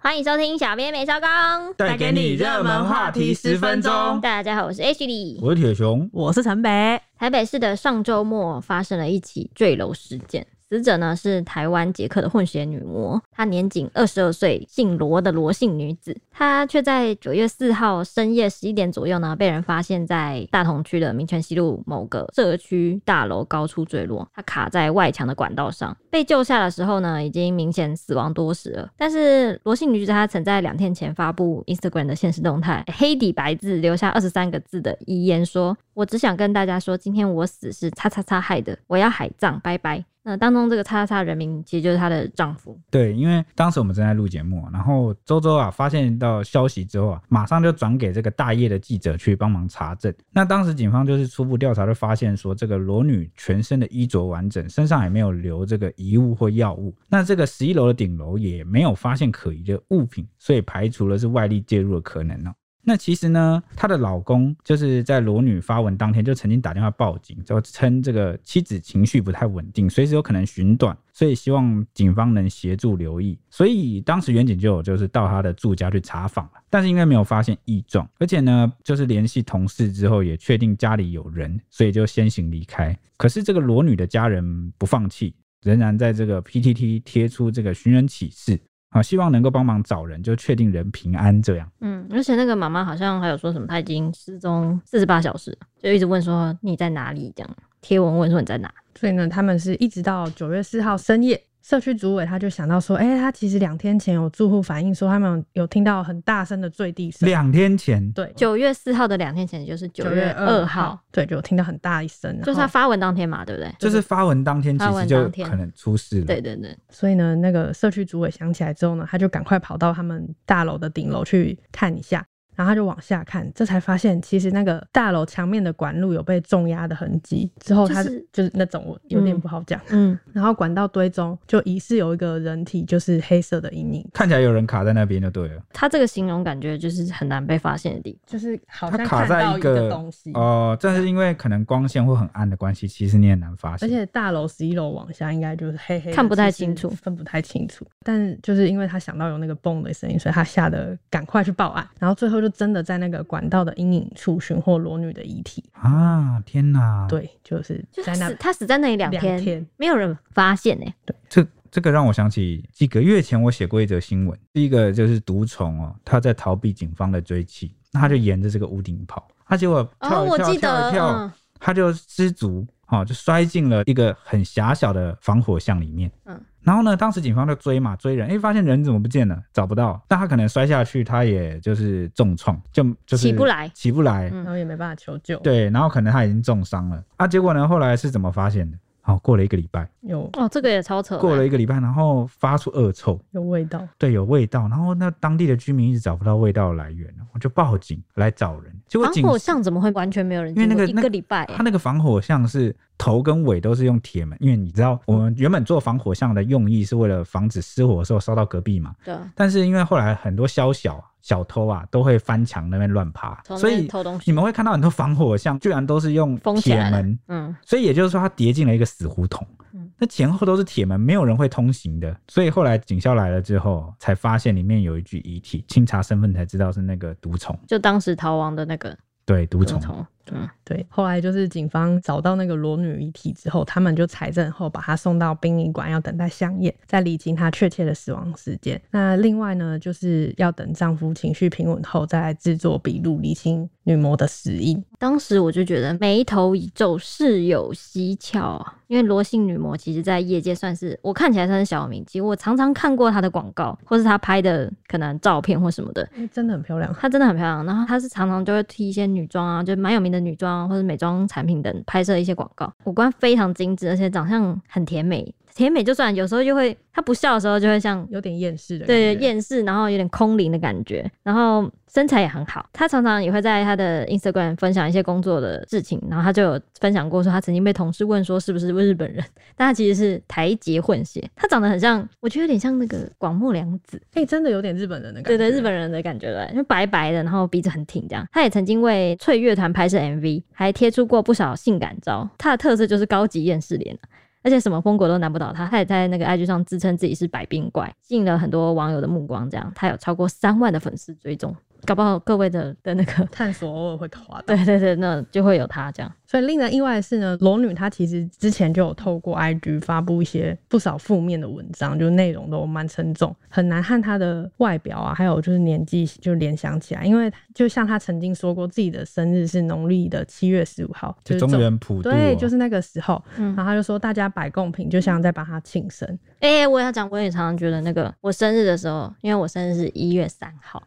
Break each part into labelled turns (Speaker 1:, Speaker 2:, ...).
Speaker 1: 欢迎收听《小编没收工》，
Speaker 2: 带给你热门话题十分钟。
Speaker 1: 大家好，我是 H 李。
Speaker 2: 我是铁熊，
Speaker 3: 我是陈北，
Speaker 1: 台北市的上周末发生了一起坠楼事件，死者呢是台湾捷克的混血女魔，她年仅二十二岁，姓罗的罗姓女子，她却在九月四号深夜十一点左右呢被人发现在大同区的民权西路某个社区大楼高处坠落，她卡在外墙的管道上，被救下的时候呢已经明显死亡多时了。但是罗姓女子她曾在两天前发布 Instagram 的现实动态，黑底白字留下二十三个字的遗言说我只想跟大家说，今天我死是叉叉叉害的，我要海葬，拜拜。那当中这个叉叉叉人名其实就是她的丈夫，
Speaker 2: 对，因为当时我们正在录节目，然后周周啊发现到消息之后啊，马上就转给这个大业的记者去帮忙查证。那当时警方就是初步调查，就发现说这个裸女全身的衣着完整，身上也没有留这个遗物或药物。那这个十一楼的顶楼也没有发现可疑的物品，所以排除了是外力介入的可能哦。那其实呢，她的老公就是在裸女发文当天就曾经打电话报警，就称这个妻子情绪不太稳定，随时有可能寻短，所以希望警方能协助留意。所以当时远警就有就是到她的住家去查访了，但是因为没有发现异状，而且呢，就是联系同事之后也确定家里有人，所以就先行离开。可是这个裸女的家人不放弃，仍然在这个 PTT 贴出这个寻人启事啊，希望能够帮忙找人，就确定人平安这样。
Speaker 1: 嗯，而且那个妈妈好像还有说什么，她已经失踪四十八小时，就一直问说你在哪里这样，贴文问说你在哪，
Speaker 3: 所以呢，他们是一直到九月四号深夜，社区主委他就想到说，哎、他其实两天前有住户反映说，他们有听到很大声的坠地声，
Speaker 2: 两天前，
Speaker 3: 对，
Speaker 1: 九月四号的两天前，也就是九月二号，，
Speaker 3: 对，就有听到很大一声，
Speaker 1: 就是
Speaker 3: 然
Speaker 1: 她
Speaker 3: 后
Speaker 1: 发文当天嘛，对不对？
Speaker 2: 就是发文当天，其
Speaker 1: 发
Speaker 2: 实
Speaker 1: 文
Speaker 2: 就
Speaker 1: 当天
Speaker 2: 可能出事了。
Speaker 1: 对对对，
Speaker 3: 所以呢，那个社区主委想起来之后呢，他就赶快跑到他们大楼的顶楼去看一下，然后他就往下看，这才发现其实那个大楼墙面的管路有被重压的痕迹。之后他
Speaker 1: 就是
Speaker 3: 就是那种我有点
Speaker 1: 嗯
Speaker 3: 不好讲，
Speaker 1: 嗯，
Speaker 3: 然后管道堆中就疑似有一个人体就是黑色的阴影，
Speaker 2: 看起来有人卡在那边就对了。
Speaker 1: 她这个形容感觉就是很难被发现的地方。
Speaker 3: 就是好
Speaker 2: 它
Speaker 3: 像
Speaker 2: 卡
Speaker 3: 看
Speaker 2: 在
Speaker 3: 到
Speaker 2: 一
Speaker 3: 个
Speaker 2: 个
Speaker 3: 东西。
Speaker 2: 哦，但是因为可能光线或很暗的关系，其实你也难发现。
Speaker 3: 而且大楼十一楼往下应该就是黑黑的，
Speaker 1: 看不太
Speaker 3: 其实
Speaker 1: 清楚
Speaker 3: 分不太清楚。但就是因为他想到有那个嘣的声音，所以他吓得赶快去报案，然后最后就真的在那个管道的阴影处寻获裸女的遗体。
Speaker 2: 啊，天哪！，
Speaker 3: 对，就是
Speaker 1: 就
Speaker 3: 在
Speaker 1: 她
Speaker 3: 那
Speaker 1: 死，她死在那里两
Speaker 3: 天，
Speaker 1: 天，没有人发现欸呢、
Speaker 2: 这这个让我想起几个月前我写过一则新闻，第一个就是毒虫哦，它在逃避警方的追击，那它就沿着这个屋顶跑，它结果跳
Speaker 1: 哦，
Speaker 2: 一
Speaker 1: 我
Speaker 2: 跳
Speaker 1: 记
Speaker 2: 跳
Speaker 1: 得，
Speaker 2: 一跳，
Speaker 1: 嗯
Speaker 2: 它就失足哦，就摔进了一个很狭小的防火巷里面。
Speaker 1: 嗯
Speaker 2: 然后呢，当时警方就追嘛，追人，哎，发现人怎么不见了，找不到。但他可能摔下去，他也就是重创，就就是
Speaker 1: 起不来
Speaker 2: 起不来。
Speaker 1: 嗯
Speaker 3: 然后也没办法求救。，
Speaker 2: 对，然后可能他已经重伤了啊。结果呢，后来是怎么发现的？好、过了一个礼拜，
Speaker 3: 有
Speaker 1: 哦，这个也超扯的。
Speaker 2: 过了一个礼拜，然后发出恶臭，
Speaker 3: 有味道，
Speaker 2: 对，有味道。然后那当地的居民一直找不到味道的来源，我就报警来找人。结果
Speaker 1: 防
Speaker 2: 警
Speaker 1: 火巷怎么会完全没有人
Speaker 2: 因为
Speaker 1: 经
Speaker 2: 那
Speaker 1: 过？
Speaker 2: 个
Speaker 1: 一
Speaker 2: 那
Speaker 1: 个礼拜欸、
Speaker 2: 它那个防火巷是头跟尾都是用铁门，因为你知道我们原本做防火巷的用意是为了防止失火的时候烧到隔壁嘛。
Speaker 1: 对啊，
Speaker 2: 但是因为后来很多宵小小偷啊都会翻墙那边乱爬，
Speaker 1: 从
Speaker 2: 所
Speaker 1: 那边
Speaker 2: 以
Speaker 1: 偷东西
Speaker 2: 你们会看到很多防火巷居然都是用
Speaker 1: 封起
Speaker 2: 铁
Speaker 1: 来了
Speaker 2: 门，。
Speaker 1: 嗯，
Speaker 2: 所以也就是说，它跌进了一个死胡同
Speaker 1: 嗯。
Speaker 2: 那前后都是铁门，没有人会通行的。所以后来警校来了之后，才发现里面有一具遗体，清查身份才知道是那个毒虫。
Speaker 1: 就当时逃亡的那个
Speaker 2: 对，毒
Speaker 1: 虫
Speaker 2: 虫。
Speaker 1: 虫，嗯，
Speaker 3: 对。后来就是警方找到那个裸女遗体之后，他们就采证后把她送到殡仪馆，要等待相验，再理清她确切的死亡时间。那另外呢，就是要等丈夫情绪平稳后，再来制作笔录，理清女魔的死因。
Speaker 1: 当时我就觉得眉头一皱，事有蹊跷啊。因为罗姓女魔其实在业界算是我看起来算是小有名气，我常常看过她的广告，或是她拍的可能照片或什么的。
Speaker 3: 哎真的很漂亮，
Speaker 1: 她真的很漂亮，然后她是常常就会替一些女装啊，就蛮有名的女装、啊、或者美妆产品等拍摄一些广告，五官非常精致，而且长相很甜美。甜美就算有时候就会，她不笑的时候就会像
Speaker 3: 有点厌世的感
Speaker 1: 对
Speaker 3: 觉。
Speaker 1: 厌世，然后有点空灵的感觉，然后身材也很好。她常常也会在她的 Instagram 分享一些工作的事情，然后她就有分享过说，她曾经被同事问说是不是日本人，但她其实是台籍混血。她长得很像，我觉得有点像那个广末凉子，
Speaker 3: 哎、真的有点日本人的感
Speaker 1: 对
Speaker 3: 觉。
Speaker 1: 对，日本人的感觉对，就白白的，然后鼻子很挺这样。她也曾经为翠乐团拍摄 MV，还贴出过不少性感照。她的特色就是高级厌世脸。啊而且什么风格都难不倒他。他也在那个 IG 上自称自己是百变怪，吸引了很多网友的目光。这样，他有超过三万的粉丝追踪，搞不好各位的的那个，
Speaker 3: 探索偶尔会滑到
Speaker 1: 对。对对，那就会有他这样。
Speaker 3: 所以令人意外的是呢，裸女她其实之前就有透过 IG 发布一些不少负面的文章，就内容都蛮沉重，很难和她的外表啊，还有就是年纪就联想起来。因为就像她曾经说过，自己的生日是农历的七月十五号，就
Speaker 2: 就是中
Speaker 3: 中
Speaker 2: 原普渡、哦，
Speaker 3: 对，就是那个时候。
Speaker 1: 嗯
Speaker 3: 然后她就说，大家摆贡品就像在帮她 庆生，
Speaker 1: 哎、我要讲，我也常常觉得那个我生日的时候，因为我生日是一月三号，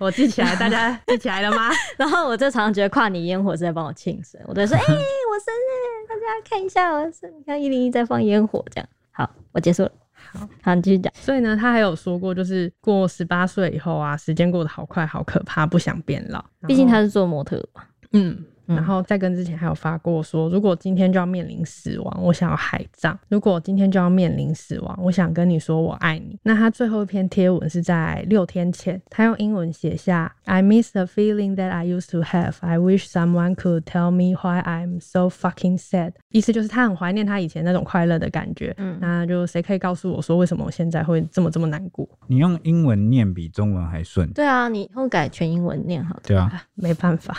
Speaker 3: 我记起来，大家记起来了吗？
Speaker 1: 然后我就常常觉得跨年烟火是在帮我庆生，我就 说：“哎、我生日，大家看一下我是你看一零一在放烟火这样。”好，我结束了。好，好，你继续讲。
Speaker 3: 所以呢，她还有说过，就是过十八岁以后啊，时间过得好快，好可怕，不想变老。
Speaker 1: 毕竟
Speaker 3: 她。
Speaker 1: 他是做模特嘛，
Speaker 3: 嗯，
Speaker 1: 嗯
Speaker 3: 然后在跟之前还有发过说，如果今天就要面临死亡，我想要海葬；如果今天就要面临死亡，我想跟你说我爱你。那他最后一篇贴文是在六天前，他用英文写下：I miss the feeling that I used to have. I wish someone could tell me why I'm so fucking sad。意思就是他很怀念他以前那种快乐的感觉。
Speaker 1: 嗯
Speaker 3: 那就谁可以告诉我说为什么我现在会这么这么难过？
Speaker 2: 你用英文念比中文还顺，
Speaker 1: 对啊，你以后改全英文念好了，
Speaker 2: 对啊。
Speaker 3: 没办法，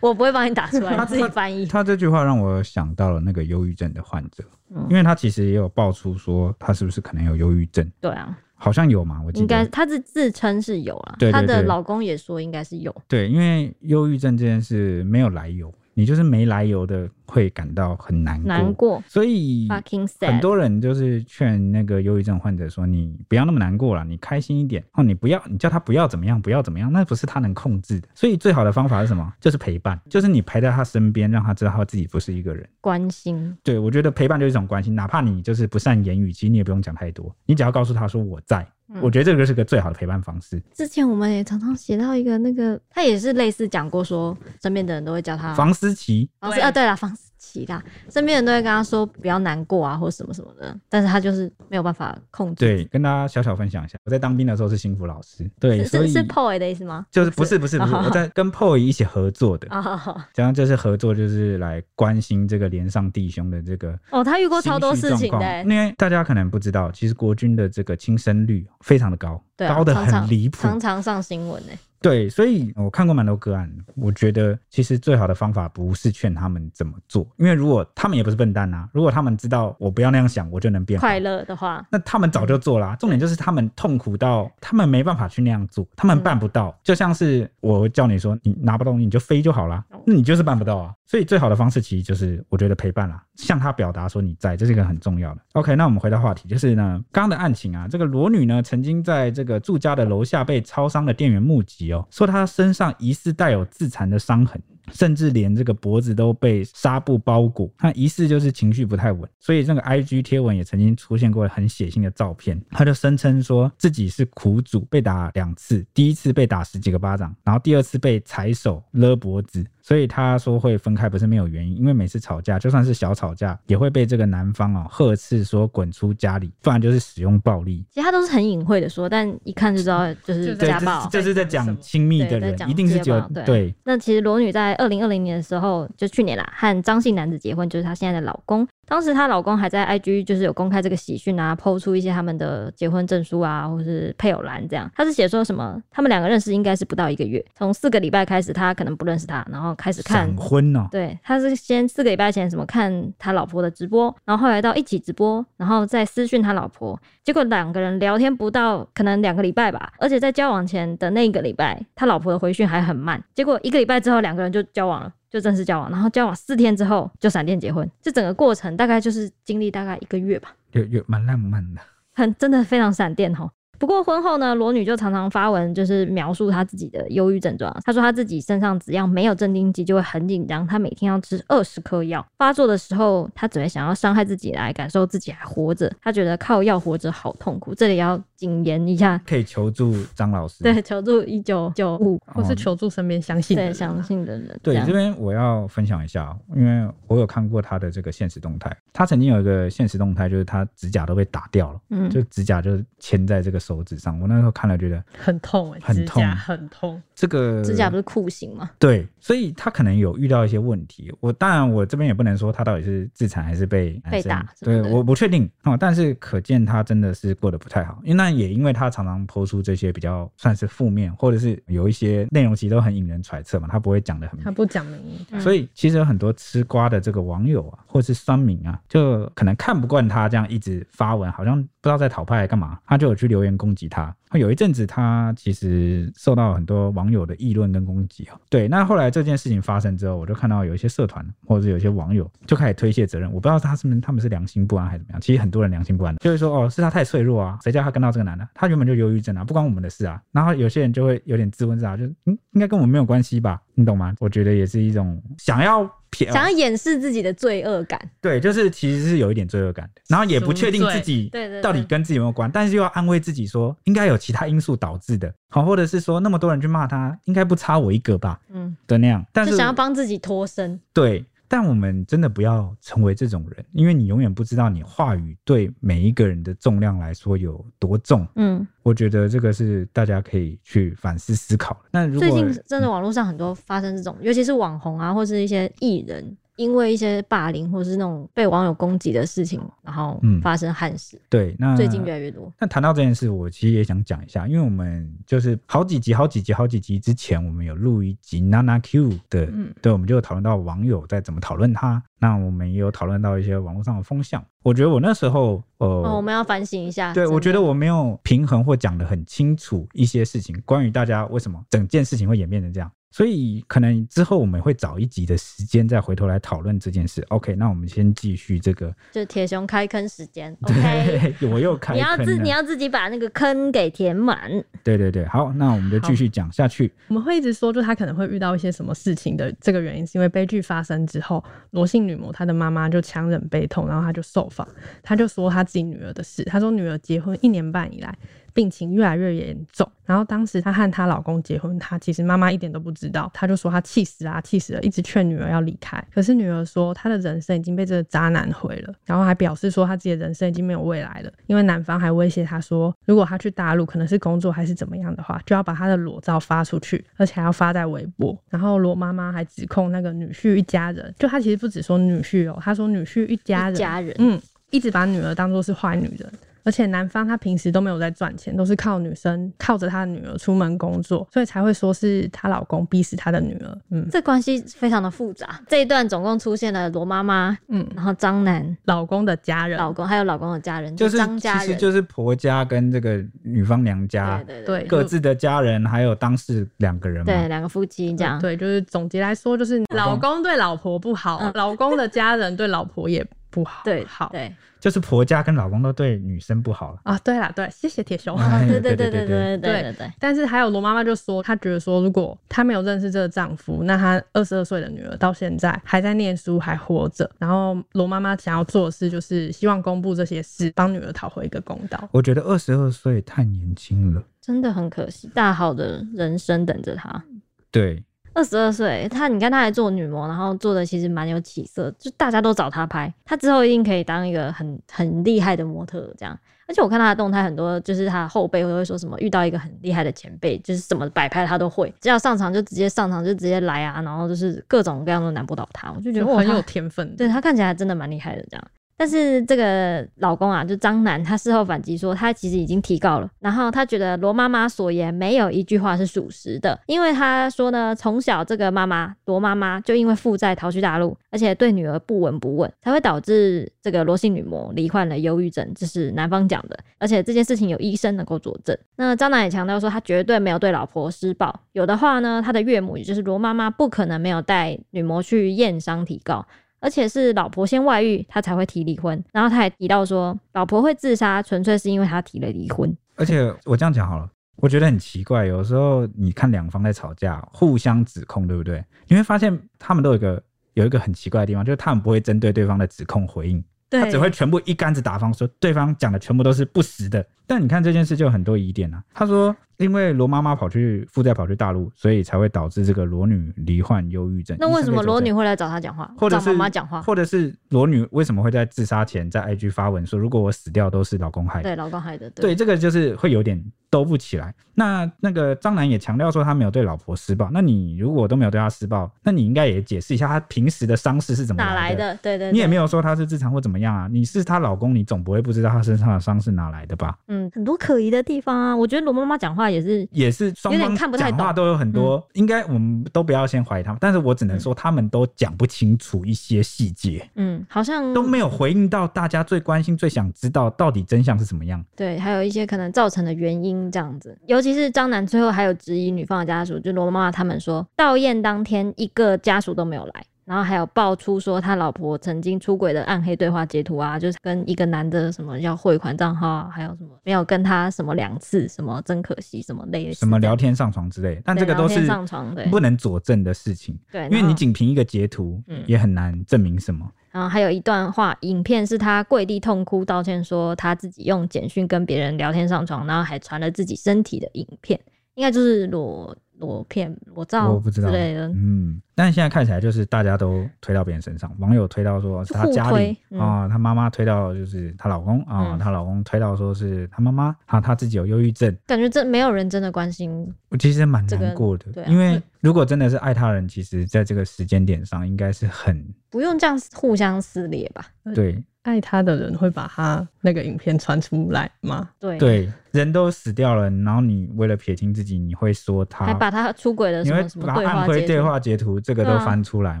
Speaker 1: 我不会帮你打出来，
Speaker 2: 他
Speaker 1: 你自己翻 译。
Speaker 2: 他这句话让我想到了那个忧郁症的患者，
Speaker 1: 嗯
Speaker 2: 因为他其实也有爆出说他是不是可能有忧郁症，
Speaker 1: 对啊，
Speaker 2: 好像有嘛，我记
Speaker 1: 应该
Speaker 2: 得。
Speaker 1: 他是自称是有啦，
Speaker 2: 对对
Speaker 1: 她的
Speaker 2: 对
Speaker 1: 老公也说应该是有。
Speaker 2: 对，因为忧郁症这件事没有来由，你就是没来由的会感到很难过，
Speaker 1: 难过
Speaker 2: 所以。
Speaker 1: ，fucking
Speaker 2: 很
Speaker 1: sad。
Speaker 2: 多人就是劝那个忧郁症患者说：“你不要那么难过了，你开心一点。哦，你不要，你叫他不要怎么样，不要怎么样，那不是他能控制的。所以最好的方法是什么？就是陪伴，就是你陪在他身边，让他知道他自己不是一个人。
Speaker 1: 关心，
Speaker 2: 对，我觉得陪伴就是一种关心，哪怕你就是不善言语，其实你也不用讲太多，你只要告诉他说我在，
Speaker 1: 嗯
Speaker 2: 我觉得这个就是个最好的陪伴方式，
Speaker 1: 之前我们也常常写到一个那个，他也是类似讲过说，身边的人都会叫他
Speaker 2: 房思琪。
Speaker 1: 房思
Speaker 3: 对
Speaker 1: 啊，对啦，房思琪啦，身边人都会跟他说不要难过啊，或什么什么的，但是他就是没有办法控制。
Speaker 2: 对，跟大家小小分享一下，我在当兵的时候是幸福老师，对，
Speaker 1: 是
Speaker 2: 所以
Speaker 1: 是是 POY 的意思吗？
Speaker 2: 就是不是不 是不是，
Speaker 1: 哦
Speaker 2: 我在跟 POY 一起合作的，
Speaker 1: 啊、哦
Speaker 2: 这样就是合作，就是来关心这个连上弟兄的这个
Speaker 1: 哦，他遇过超多
Speaker 2: 情绪
Speaker 1: 事情的
Speaker 2: 状况
Speaker 1: 欸、
Speaker 2: 因为大家可能不知道，其实国军的这个轻生率非常的高，
Speaker 1: 对啊、
Speaker 2: 高的
Speaker 1: 常常
Speaker 2: 很离谱，
Speaker 1: 常常上新闻呢、欸
Speaker 2: 对，所以我看过蛮多个案，我觉得其实最好的方法不是劝他们怎么做，因为如果他们也不是笨蛋啊，如果他们知道我不要那样想，我就能变好
Speaker 1: 快，乐的话，
Speaker 2: 那他们早就做啦、重点就是他们痛苦到他们没办法去那样做，他们办不到。就像是我叫你说你拿不动你就飞就好啦，那你就是办不到啊。所以最好的方式其实就是我觉得陪伴啦，向他表达说你在，这是一个很重要的。OK，那我们回到话题，就是呢，刚刚的案情啊，这个裸女呢曾经在这个住家的楼下被超商的店员目击哦，说她身上疑似带有自残的伤痕。甚至连这个脖子都被纱布包裹，那疑似就是情绪不太稳，所以那个 I G 贴文也曾经出现过很血腥的照片，他就声称说自己是苦主，被打两次，第一次被打十几个巴掌，然后第二次被踩手勒脖子，所以他说会分开不是没有原因，因为每次吵架就算是小吵架，也会被这个男方哦呵斥说滚出家里，不然就是使用暴力，
Speaker 1: 其实他都是很隐晦的说，但一看就知道就是
Speaker 3: 就在
Speaker 2: 对，
Speaker 1: 家
Speaker 2: 这
Speaker 1: 暴
Speaker 2: 是。这是在讲亲密的
Speaker 1: 对在
Speaker 2: 人，
Speaker 1: 讲
Speaker 2: 一定是只有
Speaker 1: 家暴对
Speaker 2: 对
Speaker 1: 那其实罗女在二零二零年的时候，就去年啦，和张姓男子结婚，就是她现在的老公。当时她老公还在 IG 就是有公开这个喜讯啊，抛出一些他们的结婚证书啊，或是配偶栏这样。他是写说什么？他们两个认识应该是不到一个月，从四个礼拜开始，他可能不认识他，然后开始看
Speaker 2: 闪婚哦，
Speaker 1: 对，他是先四个礼拜前什么看他老婆的直播，然后后来到一起直播，然后再私讯他老婆，结果两个人聊天不到可能两个礼拜吧，而且在交往前的那一个礼拜，他老婆的回讯还很慢，结果一个礼拜之后两个人就交往了。就正式交往，然后交往四天之后就闪电结婚，这整个过程大概就是经历大概一个月吧，
Speaker 2: 有有蛮浪漫的。
Speaker 1: 很真的非常闪电吼。不过婚后呢，裸女就常常发文，就是描述她自己的忧郁症状。啊她说她自己身上只要没有镇定剂，就会很紧张。她每天要吃二十颗药。发作的时候，她只会想要伤害自己来感受自己还活着。她觉得靠药活着好痛苦。这里要谨言一下，
Speaker 2: 可以求助张老师。
Speaker 1: 对，求助一九九五，
Speaker 3: 或是求助身边相信的
Speaker 1: 对，
Speaker 3: 人
Speaker 1: 相信的人，
Speaker 2: 啊对，
Speaker 1: 这
Speaker 2: 这
Speaker 1: 样
Speaker 2: 边我要分享一下哦，因为我有看过他的这个现实动态。他曾经有一个现实动态，就是他指甲都被打掉了，
Speaker 1: 嗯，
Speaker 2: 就指甲就是牵在这个手指上。我那时候看了，觉得
Speaker 3: 很痛哎、
Speaker 2: 很
Speaker 3: 指
Speaker 2: 痛
Speaker 3: 甲很痛，
Speaker 2: 这个
Speaker 1: 指甲不是酷刑吗？
Speaker 2: 对，所以他可能有遇到一些问题。我当然我这边也不能说他到底是自残还是被
Speaker 1: 被打
Speaker 2: 男生
Speaker 1: 什么
Speaker 2: 对
Speaker 1: 的
Speaker 2: 我不确定哦。但是可见他真的是过得不太好，因为那也因为他常常抛出这些比较算是负面，或者是有一些内容其实都很引人揣测嘛，他不会讲的很明
Speaker 3: 他不讲明义，
Speaker 1: 嗯
Speaker 2: 所以其实有很多吃瓜的这个网友啊，或是酸民啊，就可能看不惯他这样一直发文，好像不知道在讨拍干嘛，他就有去留言攻击他。有一阵子，他其实受到很多网友的议论跟攻击啊。对，那后来这件事情发生之后，我就看到有一些社团或者是有一些网友就开始推卸责任，我不知道他是不是他们是良心不安还是怎么样。其实很多人良心不安的，就是说哦，是他太脆弱啊，谁叫他跟到这个男的，他原本就忧郁症啊，不关我们的事啊。然后有些人就会有点自问自答，就嗯，应该跟我们没有关系吧？你懂吗？我觉得也是一种想要撇，
Speaker 1: 想要掩饰自己的罪恶感，
Speaker 2: 对，就是其实是有一点罪恶感的，然后也不确定自己
Speaker 1: 对对对
Speaker 2: 到底跟自己有没有关，但是又要安慰自己说，应该有其他因素导致的，好，或者是说那么多人去骂他，应该不差我一个吧
Speaker 1: 嗯，
Speaker 2: 的那样，但是
Speaker 1: 就想要帮自己脱身，
Speaker 2: 对。但我们真的不要成为这种人，因为你永远不知道你话语对每一个人的重量来说有多重。
Speaker 1: 嗯，
Speaker 2: 我觉得这个是大家可以去反思思考的。那如果嗯
Speaker 1: 最近真的网络上很多发生这种，尤其是网红啊，或是一些艺人，因为一些霸凌或是那种被网友攻击的事情，然后
Speaker 2: 嗯
Speaker 1: 发生憾事，
Speaker 2: 对，那
Speaker 1: 最近越来越多。
Speaker 2: 那谈到这件事，我其实也想讲一下，因为我们就是好几集、好几集、好几集之前，我们有录一集 Nana Q 的，
Speaker 3: 嗯
Speaker 2: 对，我们就有讨论到网友在怎么讨论他，那我们也有讨论到一些网络上的风向。我觉得我那时候，呃，
Speaker 1: 哦，我们要反省一下。
Speaker 2: 对
Speaker 1: 真的
Speaker 2: 我觉得我没有平衡或讲得很清楚一些事情，关于大家为什么整件事情会演变成这样。所以可能之后我们会找一集的时间再回头来讨论这件事。OK，那我们先继续这个。
Speaker 1: 就铁熊开坑时间，OK。
Speaker 2: 对，我又开
Speaker 1: 你要
Speaker 2: 坑啊
Speaker 1: 自
Speaker 2: 了
Speaker 1: 你要自己把那个坑给填满，
Speaker 2: 对对对，好，那我们就继续讲下去。
Speaker 3: 我们会一直说，就他可能会遇到一些什么事情的这个原因，是因为悲剧发生之后，罗姓女魔她的妈妈就强忍悲痛，然后她就受访，她就说她自己女儿的事，她说女儿结婚一年半以来。病情越来越严重，然后当时她和她老公结婚，她其实妈妈一点都不知道，她就说她气死啊，气死了，一直劝女儿要离开。可是女儿说她的人生已经被这个渣男毁了，然后还表示说她自己的人生已经没有未来了，因为男方还威胁她说，如果她去大陆，可能是工作还是怎么样的话，就要把她的裸照发出去，而且还要发在微博。然后罗妈妈还指控那个女婿一家人，就她其实不只说女婿哦，她说女婿一家
Speaker 1: 一
Speaker 3: 人，
Speaker 1: 家人
Speaker 3: 嗯，一直把女儿当做是坏女人。而且男方他平时都没有在赚钱，都是靠女生靠着他的女儿出门工作，所以才会说是她老公逼死她的女儿。嗯
Speaker 1: 这关系非常的复杂。这一段总共出现了罗妈妈，
Speaker 3: 嗯，
Speaker 1: 然后张楠、
Speaker 3: 老公的家人，
Speaker 1: 老公还有老公的家人，
Speaker 2: 就是
Speaker 1: 张
Speaker 2: 其
Speaker 1: 家
Speaker 2: 实
Speaker 1: 人，
Speaker 2: 就是婆家跟这个女方娘家
Speaker 1: 对对对
Speaker 3: 对
Speaker 2: 各自的家人，还有当事两个人嘛。
Speaker 1: 对，两个夫妻这样。
Speaker 3: 对，就是总结来说，就是老公对老婆不好，
Speaker 1: 嗯
Speaker 3: 老公的家人对老婆也不好。
Speaker 1: 对，
Speaker 3: 好
Speaker 1: 对，
Speaker 2: 就是婆家跟老公都对女生不好了。
Speaker 3: 啊，对啦，对，谢谢铁熊。
Speaker 2: 哎
Speaker 1: 对对
Speaker 2: 对
Speaker 1: 对对
Speaker 2: 对
Speaker 1: 对对对对对，
Speaker 3: 但是还有罗妈妈就说，她觉得说，如果她没有认识这个丈夫，那她二十二岁的女儿到现在还在念书，还活着。然后罗妈妈想要做的事，就是希望公布这些事，帮女儿讨回一个公道。
Speaker 2: 我觉得二十二岁太年轻了。
Speaker 1: 真的很可惜，大好的人生等着他。
Speaker 2: 对，
Speaker 1: 二十二岁，他你看他还做女模，然后做的其实蛮有起色，就大家都找他拍，他之后一定可以当一个很很厉害的模特这样。而且我看他的动态，很多就是他的后辈都会说什么遇到一个很厉害的前辈，就是什么摆拍他都会，只要上场就直接上场就直接来啊，然后就是各种各样都难不倒他，我就觉
Speaker 3: 就
Speaker 1: 得哇
Speaker 3: 很有
Speaker 1: 他
Speaker 3: 天分
Speaker 1: 对
Speaker 3: 的，
Speaker 1: 他看起来真的蛮厉害的这样。但是这个老公啊，就张楠，他事后反击说，他其实已经提告了。然后他觉得罗妈妈所言没有一句话是属实的，因为他说呢，从小这个妈妈罗妈妈就因为负债逃去大陆，而且对女儿不闻不问，才会导致这个罗姓女魔罹患了忧郁症，这是男方讲的。而且这件事情有医生能够佐证。那张楠也强调说，他绝对没有对老婆施暴，有的话呢，他的岳母也就是罗妈妈不可能没有带女魔去验伤提告。而且是老婆先外遇，他才会提离婚。然后他还提到说，老婆会自杀，纯粹是因为他提了离婚。
Speaker 2: 而且我这样讲好了。我觉得很奇怪，有时候你看两方在吵架，互相指控，对不对？你会发现他们都有一个有一个很奇怪的地方，就是他们不会针对对方的指控回应，
Speaker 1: 对
Speaker 2: 他只会全部一竿子打翻，说对方讲的全部都是不实的。但你看这件事就有很多疑点啊。他说，因为罗妈妈跑去负债跑去大陆，所以才会导致这个裸女罹患忧郁症。
Speaker 1: 那为什么裸
Speaker 2: 医生
Speaker 1: 女
Speaker 2: 可以作证
Speaker 1: 会来找他讲话，
Speaker 2: 或者
Speaker 1: 找
Speaker 2: 是
Speaker 1: 妈妈讲话？
Speaker 2: 或者是裸女为什么会在自杀前在 IG 发文说，如果我死掉都是老公害的？
Speaker 1: 对，老公害的，
Speaker 2: 对，这个就是会有点兜不起来。那那个张楠也强调说他没有对老婆施暴，那你如果都没有对他施暴，那你应该也解释一下他平时的伤势是怎么
Speaker 1: 哪来
Speaker 2: 的。
Speaker 1: 的？对对，
Speaker 2: 你也没
Speaker 1: 有，
Speaker 2: 有说他是自残或怎么样啊？你是她老公，你总不会不知道她身上的伤是哪来的吧？
Speaker 1: 嗯，很多可疑的地方啊。我觉得罗妈妈讲话也是，
Speaker 2: 也是双
Speaker 1: 有点
Speaker 2: 方
Speaker 1: 看不太
Speaker 2: 讲话
Speaker 1: 懂嗯
Speaker 2: 都有很多，应该我们都不要先怀疑他们，但是我只能说他们都讲不清楚一些细节，
Speaker 1: 嗯，好像
Speaker 2: 都没有回应到大家最关心、最想知道到底真相是什么样。
Speaker 1: 对，还有一些可能造成的原因这样子。尤其是张楠最后还有质疑女方的家属，就罗妈妈他们说，到宴当天一个家属都没有来。然后还有爆出说他老婆曾经出轨的暗黑对话截图啊，就是跟一个男的什么要汇款账号啊，还有什么没有跟他什么两次，什么真可惜，什么类似
Speaker 2: 什么
Speaker 1: 的
Speaker 2: 聊天上床之类的，但这
Speaker 1: 对
Speaker 2: 个
Speaker 1: 聊
Speaker 2: 都
Speaker 1: 天
Speaker 2: 是
Speaker 1: 上床对
Speaker 2: 不能佐证的事情，
Speaker 1: 对，
Speaker 2: 因为
Speaker 1: 然后
Speaker 2: 你仅凭一个截图
Speaker 1: 嗯
Speaker 2: 也很难证明什么。
Speaker 1: 然后还有一段话，影片是他跪地痛哭道歉，说他自己用简讯跟别人聊天上床，然后还传了自己身体的影片，应该就是裸裸片、裸照
Speaker 2: 我不知
Speaker 1: 之
Speaker 2: 道
Speaker 1: 类的。
Speaker 2: 嗯，但现在看起来就是大家都推到别人身上，网友推到说是她家
Speaker 1: 互
Speaker 2: 里
Speaker 1: 推嗯
Speaker 2: 啊，她妈妈推到就是她老公啊
Speaker 1: 嗯，
Speaker 2: 她、老公推到说是她妈妈，啊，她自己有忧郁症，
Speaker 1: 感觉真没有人真的关心，
Speaker 2: 我其实蛮
Speaker 1: 这个
Speaker 2: 难过的，
Speaker 1: 对啊
Speaker 2: 因为如果真的是爱他人，其实在这个时间点上应该是很
Speaker 1: 不用这样互相撕裂吧？
Speaker 2: 对
Speaker 3: 爱他的人会把他那个影片传出来吗？
Speaker 1: 对，
Speaker 2: 对，人都死掉了，然后你为了撇清自己，你会说他
Speaker 1: 还把他出轨的
Speaker 2: 你
Speaker 1: 什
Speaker 2: 会
Speaker 1: 么什么
Speaker 2: 把
Speaker 1: 对
Speaker 2: 暗
Speaker 1: 话
Speaker 2: 灰
Speaker 1: 截
Speaker 2: 对
Speaker 1: 图
Speaker 2: 话截图这个
Speaker 1: 对
Speaker 2: 都
Speaker 1: 啊
Speaker 2: 翻出来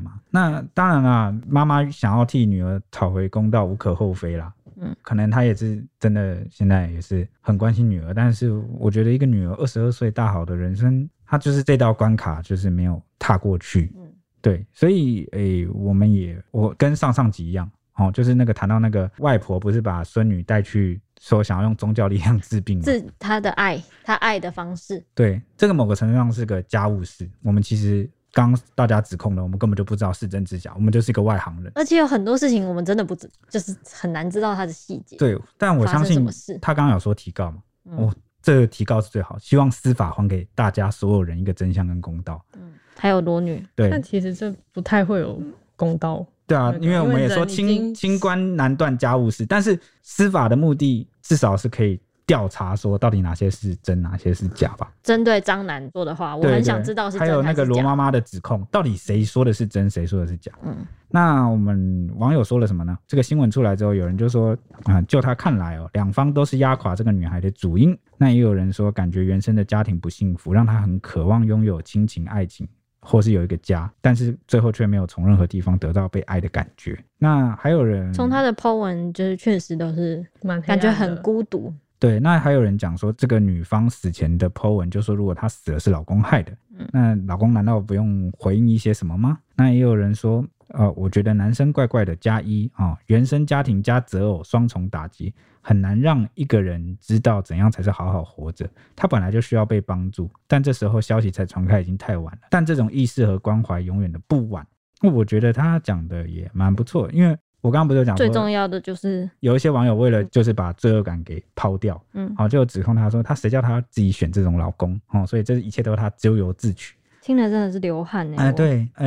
Speaker 2: 嘛？那当然啦，妈妈想要替女儿讨回公道，无可厚非啦。
Speaker 1: 嗯，
Speaker 2: 可能她也是真的，现在也是很关心女儿，但是我觉得一个女儿二十二岁大好的人生，她就是这道关卡就是没有踏过去。
Speaker 1: 嗯，
Speaker 2: 对，所以诶、我们也我跟上上集一样，哦，就是那个谈到那个外婆不是把孙女带去说想要用宗教力量治病吗？
Speaker 1: 自他的爱，他爱的方式，
Speaker 2: 对，这个某个程度上是个家务事。我们其实刚大家指控了，我们根本就不知道是真是假，我们就是一个外行人。
Speaker 1: 而且有很多事情我们真的不知，就是很难知道他的细节。
Speaker 2: 对，但我
Speaker 1: 发生
Speaker 2: 相
Speaker 1: 什
Speaker 2: 信
Speaker 1: 么事
Speaker 2: 他刚刚有说提告嘛，
Speaker 1: 嗯
Speaker 2: 哦，这个提告是最好，希望司法还给大家所有人一个真相跟公道。
Speaker 1: 嗯，还有裸女，
Speaker 3: 但
Speaker 2: 对，
Speaker 3: 其实这不太会有公道。
Speaker 2: 对啊
Speaker 3: 那，个
Speaker 2: 因为我们也说
Speaker 3: 因为人已
Speaker 2: 清
Speaker 3: 经
Speaker 2: 清官难断家务事，但是司法的目的至少是可以调查说到底哪些是真，哪些是假吧。
Speaker 1: 针对张楠说的话，我
Speaker 2: 对
Speaker 1: 很
Speaker 2: 对
Speaker 1: 想知道是
Speaker 2: 还
Speaker 1: 真
Speaker 2: 有
Speaker 1: 还
Speaker 2: 那
Speaker 1: 是
Speaker 2: 个罗
Speaker 1: 假。
Speaker 2: 妈妈的指控，到底谁说的是真，谁说的是假？
Speaker 1: 嗯，
Speaker 2: 那我们网友说了什么呢？这个新闻出来之后，有人就说啊、就他看来哦，两方都是压垮这个女孩的主因。那也有人说，感觉原生的家庭不幸福，让她很渴望拥有亲情、爱情，或是有一个家，但是最后却没有从任何地方得到被爱的感觉。那还有人
Speaker 1: 从他的 po 文就是确实都是
Speaker 3: 蛮黑
Speaker 1: 感
Speaker 3: 暗的
Speaker 1: 觉很孤独，
Speaker 2: 对，那还有人讲说，这个女方死前的 po 文就说，如果她死了是老公害的，
Speaker 1: 嗯
Speaker 2: 那老公难道不用回应一些什么吗？那也有人说，呃，我觉得男生怪怪的加一啊、原生家庭加择偶双重打击，很难让一个人知道怎样才是好好活着。他本来就需要被帮助，但这时候消息才传开已经太晚了。但这种意识和关怀永远的不晚。那我觉得他讲的也蛮不错，因为我刚刚不是有讲
Speaker 1: 最
Speaker 2: 说
Speaker 1: 重，要的就是
Speaker 2: 有一些网友为了就是把罪恶感给抛掉，
Speaker 1: 嗯，
Speaker 2: 好、就指控他说他谁叫他自己选这种老公哦，所以这一切都是他咎由自取。
Speaker 1: 听了真的是流汗哎、
Speaker 2: 哎、
Speaker 1: 我，
Speaker 2: 对，呃、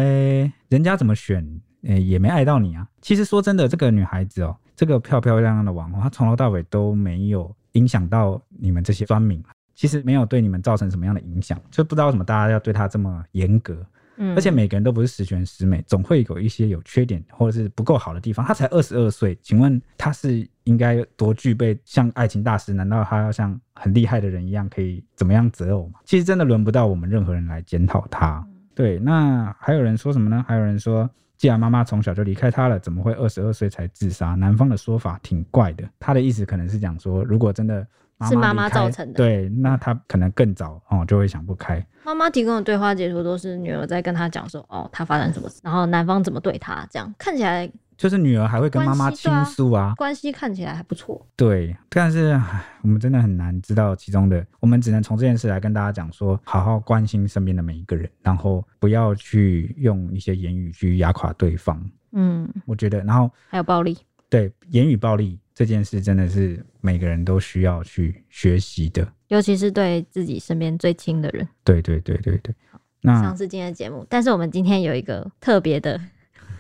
Speaker 2: 人家怎么选，呃、也没爱到你啊。其实说真的，这个女孩子哦，这个漂漂亮亮的网红，她从头到尾都没有影响到你们这些酸民，其实没有对你们造成什么样的影响，就不知道为什么大家要对她这么严格。
Speaker 1: 嗯，
Speaker 2: 而且每个人都不是十全十美，总会有一些有缺点或者是不够好的地方。他才二十二岁，请问他是应该多具备像爱情大师？难道他要像很厉害的人一样，可以怎么样择偶吗？其实真的轮不到我们任何人来检讨他。
Speaker 1: 嗯
Speaker 2: 对，那还有人说什么呢？还有人说，既然妈妈从小就离开他了，怎么会二十二岁才自杀？男方的说法挺怪的，他的意思可能是讲说，如果真的
Speaker 1: 是妈妈
Speaker 2: 离开
Speaker 1: 造成的
Speaker 2: 对，那他可能更早哦就会想不开。
Speaker 1: 妈妈提供的对话截图都是女儿在跟他讲说，哦，她发生什么事，然后男方怎么对她，这样看起来
Speaker 2: 就是女儿还会跟妈妈
Speaker 1: 关系对
Speaker 2: 倾
Speaker 1: 啊
Speaker 2: 诉啊，
Speaker 1: 关系看起来还不错，
Speaker 2: 对，但是唉我们真的很难知道其中的，我们只能从这件事来跟大家讲说，好好关心身边的每一个人，然后不要去用一些言语去压垮对方。
Speaker 1: 嗯，
Speaker 2: 我觉得，然后
Speaker 1: 还有暴力，
Speaker 2: 对言语暴力这件事，真的是每个人都需要去学习的。
Speaker 1: 尤其是对自己身边最亲的人。
Speaker 2: 对对对对对。那
Speaker 1: 上次今天的节目，但是我们今天有一个特别的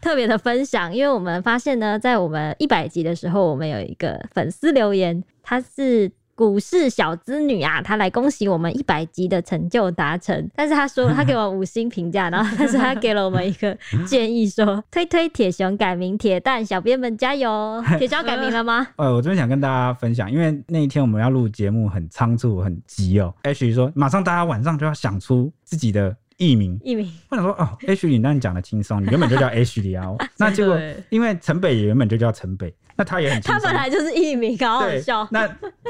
Speaker 1: 特别的分享，因为我们发现呢，在我们一百集的时候，我们有一个粉丝留言，她是。股市小资女啊，她来恭喜我们一百集的成就达成，但是她说她给我五星评价，然后但是她给了我们一个建议说，推推铁熊改名铁蛋，小编们加油！哦铁熊要改名了吗？
Speaker 2: 呃，我这边想跟大家分享，因为那一天我们要录节目很仓促，很急哦。H 说，马上大家晚上就要想出自己的艺名。
Speaker 1: 一名
Speaker 2: 我想说，哦，H 你那你讲的轻松，你原 本就叫 H 里啊。那结果
Speaker 3: 对
Speaker 2: 因为城北也原本就叫城北，那他也很轻
Speaker 1: 他
Speaker 2: 松。
Speaker 1: 本来就是艺名，好好
Speaker 2: 对
Speaker 1: 笑，
Speaker 2: 那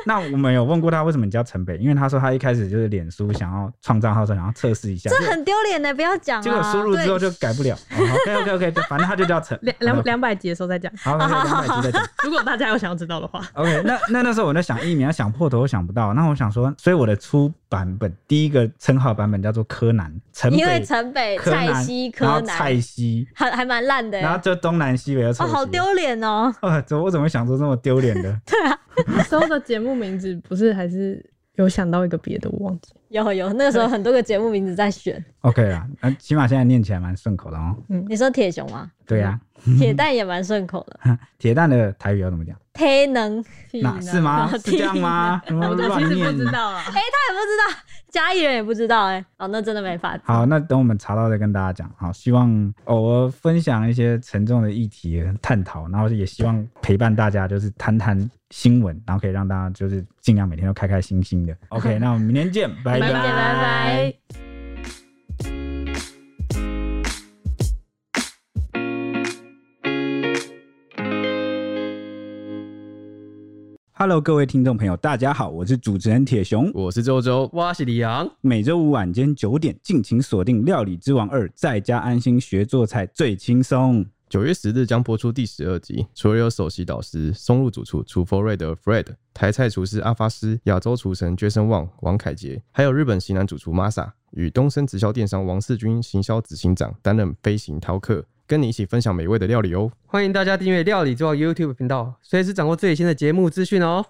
Speaker 2: 那我们有问过他为什么你叫城北，因为他说他一开始就是脸书想要创账号的时候，想要测试一下，
Speaker 1: 这很丢脸的，不要讲啊。
Speaker 2: 结果输入之后就改不了。OK OK OK，反正他就叫城
Speaker 3: 两两两百集的时候再 讲。
Speaker 2: 好，好好好好，再讲。
Speaker 3: 如果大家有想要知道的话，
Speaker 2: OK，那那那时候我在想艺名，想破头想不到。那我想说，所以我的初版本第一个称号版本叫做柯南，城
Speaker 1: 因为
Speaker 2: 北
Speaker 1: 城北、
Speaker 2: 柯
Speaker 1: 蔡
Speaker 2: 南
Speaker 1: 西、，
Speaker 2: 然
Speaker 1: 柯
Speaker 2: 后
Speaker 1: 南，
Speaker 2: 蔡西，
Speaker 1: 还还蛮烂的
Speaker 3: 啊
Speaker 1: 欸。
Speaker 2: 然后就东南西北又凑
Speaker 1: 哦，
Speaker 2: 齐。
Speaker 1: 好丢脸哦！
Speaker 2: 啊！怎么我怎么会想出这么丢脸 的？
Speaker 3: 那时候的节目名字不是还是有想到一个别的，我忘记。
Speaker 1: 有有，那个时候很多个节目名字在选。
Speaker 2: OK 啦，嗯，起码现在念起来蛮顺口的哦。
Speaker 1: 你说铁熊吗？
Speaker 2: 对呀、
Speaker 3: 嗯
Speaker 1: 铁蛋也蛮顺口 的，
Speaker 2: 铁蛋的台语要怎么讲？
Speaker 1: 忒能。
Speaker 2: 那是吗？是这样 吗？ 什么
Speaker 3: 嗯我
Speaker 2: 乱
Speaker 3: 其实不
Speaker 2: 念
Speaker 3: 知？道啊。
Speaker 1: 他也不知道，嘉义人也不知道哎、哦，那真的没法子。
Speaker 2: 好，那等我们查到再跟大家讲。好，希望偶尔分享一些沉重的议题探讨，然后也希望陪伴大家，就是谈谈新闻，然后可以让大家就是尽量每天都开开心心的。OK，那我 们明天见，拜
Speaker 1: 明
Speaker 2: 拜
Speaker 1: 天见，拜拜。
Speaker 2: Hello，各位听众朋友，大家好，我是主持人铁熊。
Speaker 4: 我是周周，我是李阳，
Speaker 2: 每周五晚间九点，敬请锁定《料理之王二》，在家安心学做菜最轻松。
Speaker 4: 九月十日将播出第十二集。除了有首席导师松露主厨厨佛瑞德 Fred、台菜厨师阿发斯、亚洲厨神 Jason Wang 王凯杰，还有日本型男主厨 Masa 与东升直销电商王世军行销执行长担任飞行饕客，跟你一起分享美味的料理哦。
Speaker 5: 欢迎大家订阅《料理之王》YouTube 频道，随时掌握最新的节目资讯哦。